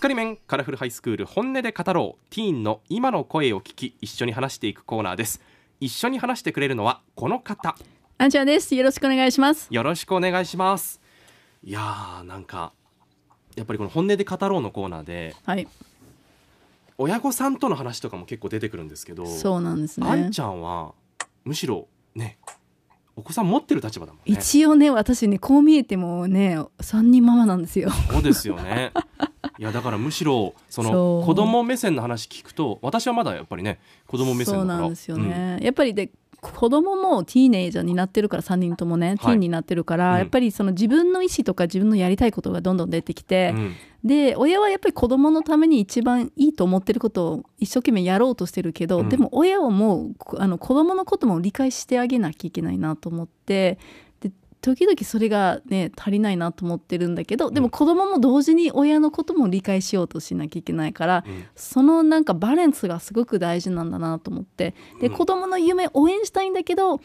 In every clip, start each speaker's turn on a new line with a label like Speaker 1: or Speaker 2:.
Speaker 1: くりめんカラフルハイスクール本音で語ろうティーンの今の声を聞き一緒に話していくコーナーです一緒に話してくれるのはこの方
Speaker 2: アンちゃんです。よろしくお願いします。
Speaker 1: よろしくお願いしますいやーなんかやっぱりこの本音で語ろうのコーナーで
Speaker 2: はい、
Speaker 1: 親御さんとの話とかも結構出てくるんですけど
Speaker 2: そうなんです
Speaker 1: あん
Speaker 2: ね。
Speaker 1: ちゃんはむしろねお子さん持ってる立場だもんね
Speaker 2: 一応ね、私ね、こう見えてもね、三人ママなんですよ。
Speaker 1: そうですよねいやだからむしろそ
Speaker 2: そ
Speaker 1: の
Speaker 2: う
Speaker 1: 子供目線の話聞くと私はまだやっぱりね子供目線だ
Speaker 2: そう
Speaker 1: から
Speaker 2: なんですよ
Speaker 1: うん
Speaker 2: ね。やっぱりで、子供もティーネイジャーになってるから、三人ともね、ティーンになってるから、
Speaker 1: うん
Speaker 2: やっぱりその自分の意思とか自分のやりたいことがどんどん出てきて、
Speaker 1: うん
Speaker 2: で、親はやっぱり子供のために一番いいと思ってることを一生懸命やろうとしてるけど、
Speaker 1: うん
Speaker 2: でも親をもう、あの子供のことも理解してあげなきゃいけないなと思って、で、時々それがね、足りないなと思ってるんだけど、で
Speaker 1: う
Speaker 2: も
Speaker 1: ん
Speaker 2: 子供も同時に親のことも理解しようとしなきゃいけないから、そのなんかバランスがすごく大事なんだなと思ってで
Speaker 1: うん
Speaker 2: 子供の夢応援したいんだけど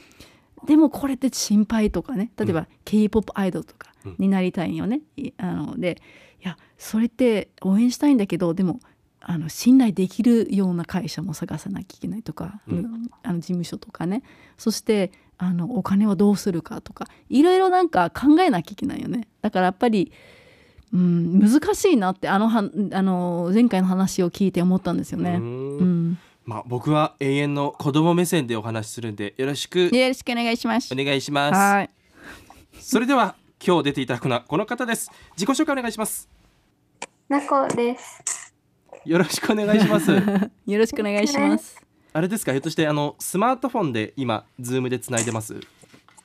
Speaker 2: でもこれって心配とかね例え
Speaker 1: う
Speaker 2: ば k p o p アイドルとか
Speaker 1: うん
Speaker 2: になりたいんよね。いあのでいやそれって応援したいんだけどでもあの信頼できるような会社も探さなきゃいけないとか、
Speaker 1: うん
Speaker 2: うんあの事務所とかねそしてあのお金はどうするかとかいろいろなんか考えなきゃいけないよね。だからやっぱりうん、難しいなってあのはあの前回の話を聞いて思ったんですよ
Speaker 1: う
Speaker 2: ね。
Speaker 1: ん
Speaker 2: うん、
Speaker 1: まあ僕は永遠の子供目線でお話しするんでよろしく
Speaker 2: よろしくお願いします
Speaker 1: お。願いしま
Speaker 2: はい、
Speaker 1: すそれでは今日出ていただくのはこの方です自己紹介お願いします
Speaker 3: なこです。
Speaker 1: よろしくお願いします
Speaker 2: よろしくお願いします。
Speaker 1: あれですかひょっとしてあのスマートフォンで今ズームでつないでます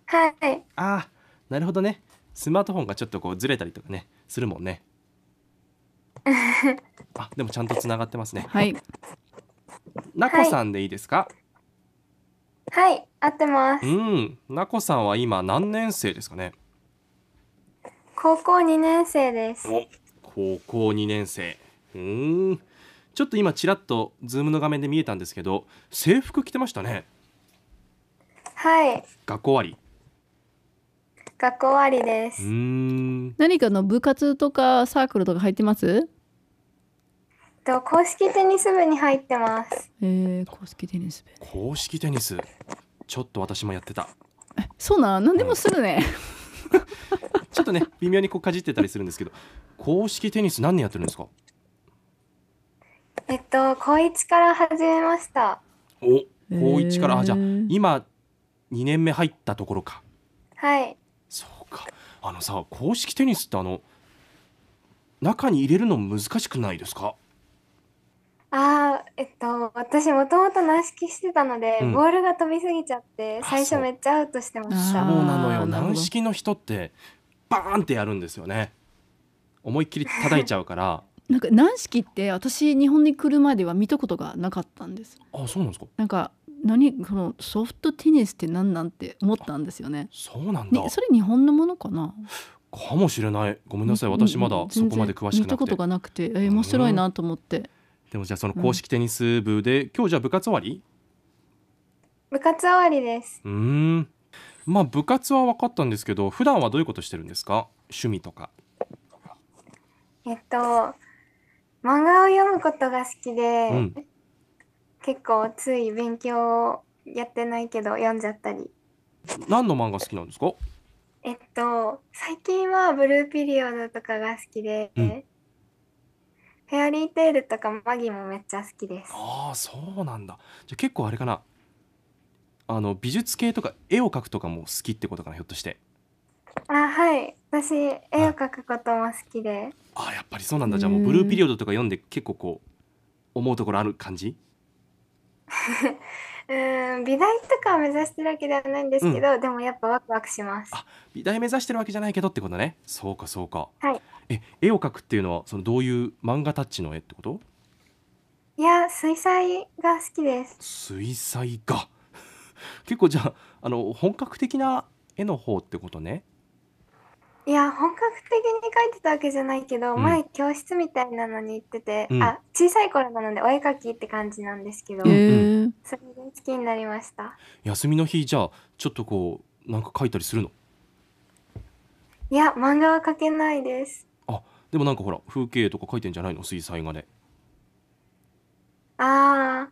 Speaker 3: はい。
Speaker 1: ああなるほどねスマートフォンがちょっとこうずれたりとかねするもん ねあでもちゃんとつながってますね
Speaker 2: はい、
Speaker 1: なこさんでいいですか、
Speaker 3: はい。合ってます。
Speaker 1: うんなこさんは今何年生ですかね
Speaker 3: 高校2年生です。
Speaker 1: お高校2年生うーんちょっと今ちらっとズームの画面で見えたんですけど制服着てましたね
Speaker 3: はい。
Speaker 1: 学校終わ
Speaker 3: 学校終わりで
Speaker 1: りう
Speaker 3: す。
Speaker 1: ーん
Speaker 2: 何かの部活とかサークルとか入ってます？
Speaker 3: と公式テニス部に入ってます。
Speaker 2: えー、公式テニス部。
Speaker 1: 公式テニスちょっと私もやってた
Speaker 2: そうなん、何でもするね。
Speaker 1: ちょっとね微妙にこうかじってたりするんですけど公式テニス何年やってるんですか
Speaker 3: えっと高一から始めました。
Speaker 1: お高一から、あ
Speaker 2: へー
Speaker 1: じゃあ今2年目入ったところか
Speaker 3: はい。
Speaker 1: そうかあのさ公式テニスってあの中に入れるの難しくないですか
Speaker 3: あーえっと私もともと軟式してたので、
Speaker 1: うん
Speaker 3: ボールが飛びすぎちゃって
Speaker 1: あ
Speaker 3: 最
Speaker 1: そ
Speaker 3: 初
Speaker 1: う
Speaker 3: めっちゃアウトしてまし
Speaker 1: そう
Speaker 2: あ
Speaker 3: た。
Speaker 2: ー
Speaker 1: なのよ
Speaker 2: なるほど
Speaker 1: 軟式の人ってバーンってやるんですよね思いっきり叩いちゃうから
Speaker 2: なんか軟式って私日本に来るまでは見たことがなかったんです。
Speaker 1: あそうなんですか
Speaker 2: なんか何このソフトテニスって何なんて思ったんですよね。
Speaker 1: そうなんだ
Speaker 2: ね、それ日本のものかな。
Speaker 1: かもしれないごめ
Speaker 2: ご
Speaker 1: んなさい私まだそこまで詳し
Speaker 2: 見
Speaker 1: くな
Speaker 2: た
Speaker 1: く
Speaker 2: こと
Speaker 1: て
Speaker 2: がなくて、えー面白いなと思って。
Speaker 1: でもじゃあその公式テニス部で、今日じゃあ部活終わり
Speaker 3: 部活終わりです。
Speaker 1: うーんまあ部活は分かったんですけど普段はどういうことしてるんですか趣味とか
Speaker 3: えっと漫画を読むことが好きで、
Speaker 1: うん
Speaker 3: 結構つい勉強をやってないけど読んじゃったり。
Speaker 1: 何の漫画好きなんですか
Speaker 3: えっと、最近はブルーピリオドとかが好きで、
Speaker 1: うん
Speaker 3: フェアリーテイルとかマギもめっちゃ好きです。
Speaker 1: ああそうなんだじゃあ結構あれかなあの美術系とか絵を描くとかも好きってことかなひょっとして
Speaker 3: あ、はい。私、絵を描くことも好きで、
Speaker 1: ああやっぱりそうなんだじゃあ
Speaker 2: へ
Speaker 1: も
Speaker 2: ー
Speaker 1: うブルーピリオドとか読んで結構こう思うところある感じ
Speaker 3: うーん、美大とかを目指してるわけではないんですけど、でもやっぱワクワクします
Speaker 1: あ。美大目指してるわけじゃないけどってことねそうかそうか
Speaker 3: はい
Speaker 1: え絵を描くっていうのはそのどういう漫画タッチの絵ってこと
Speaker 3: いや、水彩が好きです。
Speaker 1: 水彩画 結構じゃああの本格的な絵の方ってことね
Speaker 3: いや、本格的に描いてたわけじゃないけど、
Speaker 1: うん
Speaker 3: 前教室みたいなのに行ってて、
Speaker 1: うん
Speaker 3: あ、小さい頃なのでお絵描きって感じなんですけど、
Speaker 2: えー
Speaker 3: それで好きになりました。
Speaker 1: 休みの日じゃあちょっとこうなんか描いたりするの
Speaker 3: いや、漫画は描けないです。
Speaker 1: でもなんかほら風景とか書いてんじゃないの水彩画で
Speaker 3: ああ、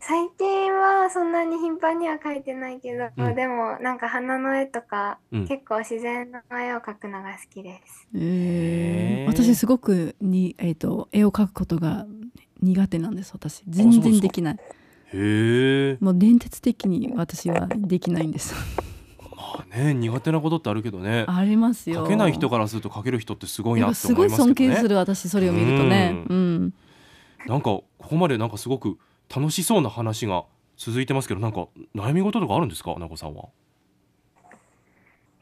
Speaker 3: 最近はそんなに頻繁には描いてないけど、
Speaker 1: うん
Speaker 3: でもなんか花の絵とか、
Speaker 1: うん
Speaker 3: 結構自然の絵を描くのが好きです。
Speaker 2: え
Speaker 1: へ
Speaker 2: ー
Speaker 1: ー
Speaker 2: 私すごくに、えー、と絵を描くことが苦手なんです私
Speaker 1: そうで
Speaker 2: 全
Speaker 1: す
Speaker 2: 然
Speaker 1: か
Speaker 2: できない
Speaker 1: へえ
Speaker 2: もう伝説的に私はできないんです
Speaker 1: まあね苦手なこと ってあるけどね
Speaker 2: ありますよ
Speaker 1: 書けない人からすると書ける人ってすごい
Speaker 2: やっ
Speaker 1: な
Speaker 2: ぱ
Speaker 1: って
Speaker 2: す
Speaker 1: 思
Speaker 2: ご
Speaker 1: い
Speaker 2: い
Speaker 1: ます
Speaker 2: 尊
Speaker 1: けど
Speaker 2: 敬
Speaker 1: ね
Speaker 2: する私それを見るとね
Speaker 1: う
Speaker 2: うん
Speaker 1: なんかここまでなんかすごく楽しそうな話が続いてますけどなんか悩み事とかあるんですかなこさんは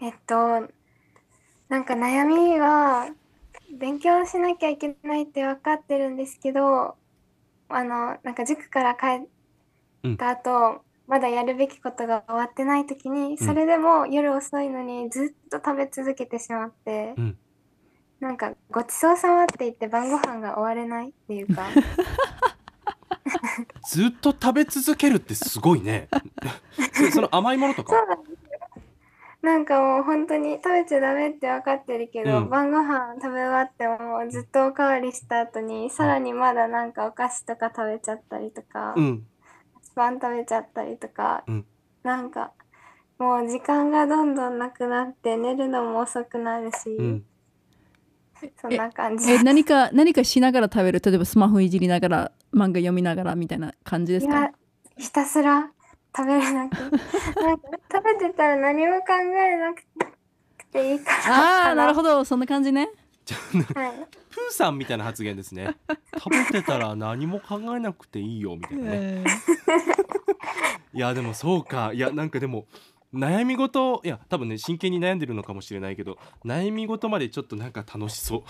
Speaker 3: えっと、なんか悩みが勉強しなきゃいけないって分かってるんですけど、あの、なんか塾から帰った後、まだやるべきことが終わってない時に、それでも夜遅いのにずっと食べ続けてしまって、
Speaker 1: うん
Speaker 3: なんかごちそうさまって言って晩ご飯が終われないっていうか、
Speaker 1: ずっと食べ続けるってすごい ねそその甘いものと
Speaker 3: そ
Speaker 1: か
Speaker 3: うなんですよ。なんかもう本当に食べちゃダメって分かってるけど、
Speaker 1: うん
Speaker 3: 晩ご飯食べ終わってもずっとおかわりした後にさらにまだなんかお菓子とか食べちゃったりとか、
Speaker 1: うん
Speaker 3: パン食べちゃったりとか、
Speaker 1: うん
Speaker 3: なんかもう時間がどんどんなくなって寝るのも遅くなるし、
Speaker 1: うん
Speaker 3: そんな感じ。
Speaker 2: え何か何かしながら食べる例えばスマホいじりながら漫画読みながらみたいな感じで
Speaker 3: い
Speaker 2: すか
Speaker 3: やひたすら食べれ なくなんか食べてたら何も考えなくていいから
Speaker 2: ああなる
Speaker 3: ほ
Speaker 2: ほどそんな感じね
Speaker 3: ど、はい
Speaker 1: プーさんみたいな発言ですね食べてたら何も考えなくていいよみたいなね
Speaker 2: え
Speaker 1: いやでもそうかいやなんかでも悩み事いや多分ね真剣に悩んでるのかもしれないけど悩み事までちょっとなんか楽しそう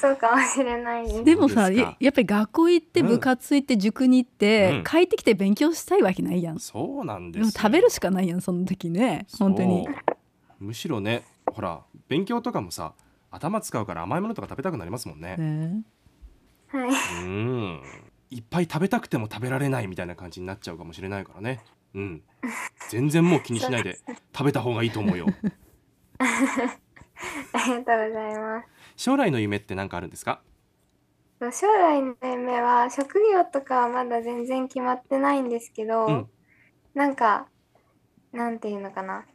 Speaker 3: そうかもしれないで す
Speaker 2: ーでも
Speaker 1: そ
Speaker 2: さ
Speaker 1: うですか
Speaker 2: ややっぱり学校行って
Speaker 1: うん
Speaker 2: 部活行って塾に行って、
Speaker 1: うん
Speaker 2: 帰ってきて勉強したいわけないやん
Speaker 1: そうなんで
Speaker 2: ですも
Speaker 1: よ
Speaker 2: 食べるしかないやんその時ね本当に
Speaker 1: そうむしろねほら勉強とかもさ頭使うから甘いものとか食べたくなりますもんね
Speaker 2: ね
Speaker 3: はい。
Speaker 1: うんいっぱい食べたくても食べられないみたいな感じになっちゃうかもしれないからねうん全然もう気にしないで食べた方がいいと思う よ
Speaker 3: ありがとうございます
Speaker 1: 将来の夢って何かあるんですか
Speaker 3: と。将来の夢は職業とかはまだ全然決まってないんですけど、
Speaker 1: うん
Speaker 3: なんかなんていうのかな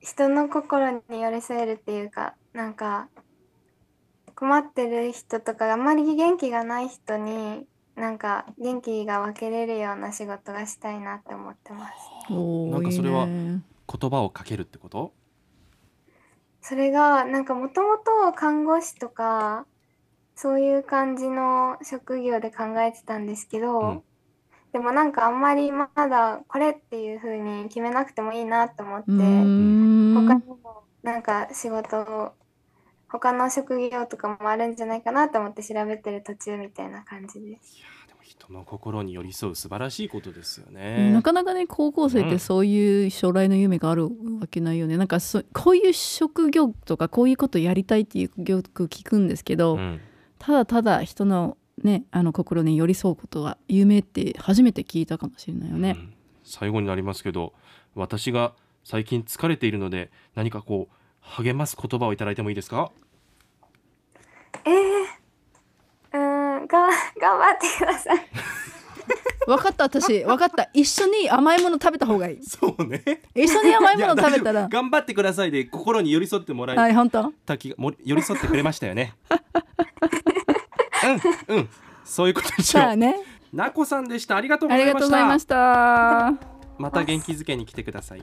Speaker 3: 人の心に寄り添えるっていうかなんか困ってる人とかあんまり元気がない人になんか元気が分けれるような仕事がしたいなって思ってます。
Speaker 2: おー
Speaker 1: なんかそれはい
Speaker 2: いね
Speaker 1: 言葉をかけるってこと
Speaker 3: それがなんかもともと看護師とかそういう感じの職業で考えてたんですけど、
Speaker 1: うん
Speaker 3: でもなんかあんまりまだこれっていう風に決めなくてもいいなと思って、
Speaker 2: うーん
Speaker 3: 他にもなんか仕事を他の職業とかもあるんじゃないかなと思って調べてる途中みたいな感じです。
Speaker 1: いやーでも人の心に寄り添う素晴らしいことですよね
Speaker 2: なかなかね高校生っ
Speaker 1: う
Speaker 2: て
Speaker 1: ん
Speaker 2: そういう将来の夢があるわけないよね、なんかそこういう職業とかこういうことやりたいっていうよく聞くんですけど、
Speaker 1: うん
Speaker 2: ただただ人のねあの心に寄り添うことは夢って初めて聞いたかもしれないよ
Speaker 1: う
Speaker 2: ね、
Speaker 1: ん最後になりますけど私が最近疲れているので何かこう励ます言葉をいただいてもいいですか
Speaker 3: えー、うーんが 頑張ってください。
Speaker 2: 分かっ た私分かった一緒に甘いもの食べた方がいい
Speaker 1: そうね
Speaker 2: 一緒に甘いもの食べた
Speaker 1: いや大丈
Speaker 2: ら
Speaker 1: 夫頑張ってくださいで心に寄り添ってもら
Speaker 2: は
Speaker 1: え
Speaker 2: い本当
Speaker 1: た気が、もり寄り添ってくれましたよ ねうんうんそういうことでしょ
Speaker 2: さあ
Speaker 1: う
Speaker 2: ね
Speaker 1: なこさんでしたありがとうご
Speaker 2: あ
Speaker 1: ざ
Speaker 2: り
Speaker 1: い
Speaker 2: が
Speaker 1: ま
Speaker 2: とう
Speaker 1: し
Speaker 2: ござい
Speaker 1: た
Speaker 2: ましたは
Speaker 1: また元気づけに来てください
Speaker 2: い